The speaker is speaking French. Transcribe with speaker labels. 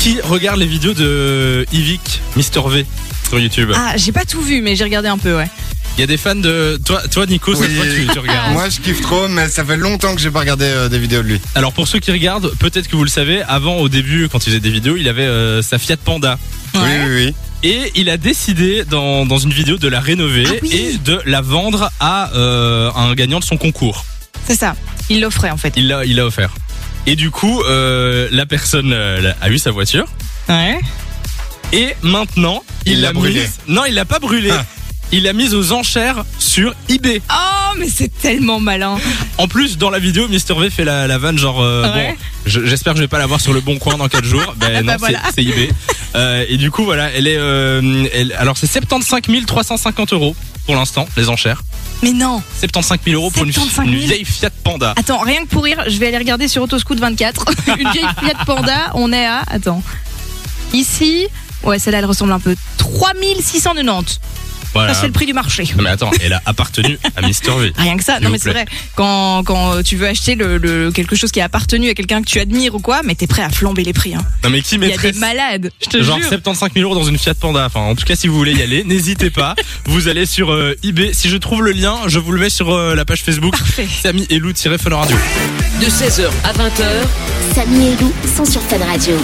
Speaker 1: Qui regarde les vidéos de Yvick, Mister V sur YouTube
Speaker 2: Ah, j'ai pas tout vu, mais j'ai regardé un peu, ouais.
Speaker 1: Il y a des fans de. Toi, toi Nico, cette
Speaker 3: Oui. Ah.
Speaker 1: fois, tu, tu regardes.
Speaker 3: Moi, je kiffe trop, mais ça fait longtemps que j'ai pas regardé euh, des vidéos de lui.
Speaker 1: Alors, pour ceux qui regardent, peut-être que vous le savez, avant, au début, quand il faisait des vidéos, il avait euh, sa Fiat Panda.
Speaker 2: Ouais.
Speaker 3: Oui, oui, oui.
Speaker 1: Et il a décidé, dans, dans une vidéo, de la rénover
Speaker 2: Ah oui.
Speaker 1: et de la vendre à euh, un gagnant de son concours.
Speaker 2: C'est ça. Il l'offrait en fait.
Speaker 1: Il l'a il l'a offert. Et du coup, euh, la personne euh, l'a- a eu sa voiture.
Speaker 2: Ouais.
Speaker 1: Et maintenant,
Speaker 3: Il
Speaker 1: il
Speaker 3: l'a
Speaker 1: l'a
Speaker 3: brûlée.
Speaker 1: mise. Non, il l'a pas brûlée.
Speaker 3: Ah.
Speaker 1: Il l'a mise aux enchères sur eBay.
Speaker 2: Oh, mais c'est tellement malin.
Speaker 1: En plus, dans la vidéo, Mister V fait la, la vanne genre euh,
Speaker 2: Ouais.
Speaker 1: bon, je- j'espère que je vais pas la voir sur le bon coin dans 4 jours. Ben non,
Speaker 2: Bah
Speaker 1: c'est-
Speaker 2: voilà.
Speaker 1: c'est eBay. Euh, et du coup, voilà, elle est. euh, elle- alors, c'est 75 350 euros pour l'instant, les enchères.
Speaker 2: Mais non.
Speaker 1: 75 000 euros pour une-
Speaker 2: 75
Speaker 1: une,
Speaker 2: 000.
Speaker 1: vieille Fiat Panda.
Speaker 2: Attends, rien que pour rire, je vais aller regarder sur Autoscout 24. Une vieille Fiat Panda, on est à. Attends. Ici. Ouais, celle-là, elle ressemble un peu. 3690.
Speaker 1: Voilà.
Speaker 2: Ah, Ça, c'est le prix du marché.
Speaker 1: Non, mais attends, elle a appartenu à Mister V.
Speaker 2: Rien que ça,
Speaker 1: S'il
Speaker 2: non
Speaker 1: vous
Speaker 2: mais c'est
Speaker 1: plaît.
Speaker 2: vrai. Quand, quand euh, tu veux acheter le, le- quelque chose qui a appartenu à quelqu'un que tu admires ou quoi, mais t'es prêt à flamber les prix. Hein.
Speaker 1: Non, mais qui
Speaker 2: Il y a
Speaker 1: mettrait
Speaker 2: des malades, je te
Speaker 1: Genre
Speaker 2: jure.
Speaker 1: 75 000 euros dans une Fiat Panda. Enfin, en tout cas, si vous voulez y aller, n'hésitez pas. Vous allez sur euh, eBay. Si je trouve le lien, je vous le mets sur euh, la page Facebook.
Speaker 2: Parfait.
Speaker 1: Samy et Lou-Fun Radio.
Speaker 4: De 16h à 20h,
Speaker 5: Samy et Lou sont sur Fan Radio.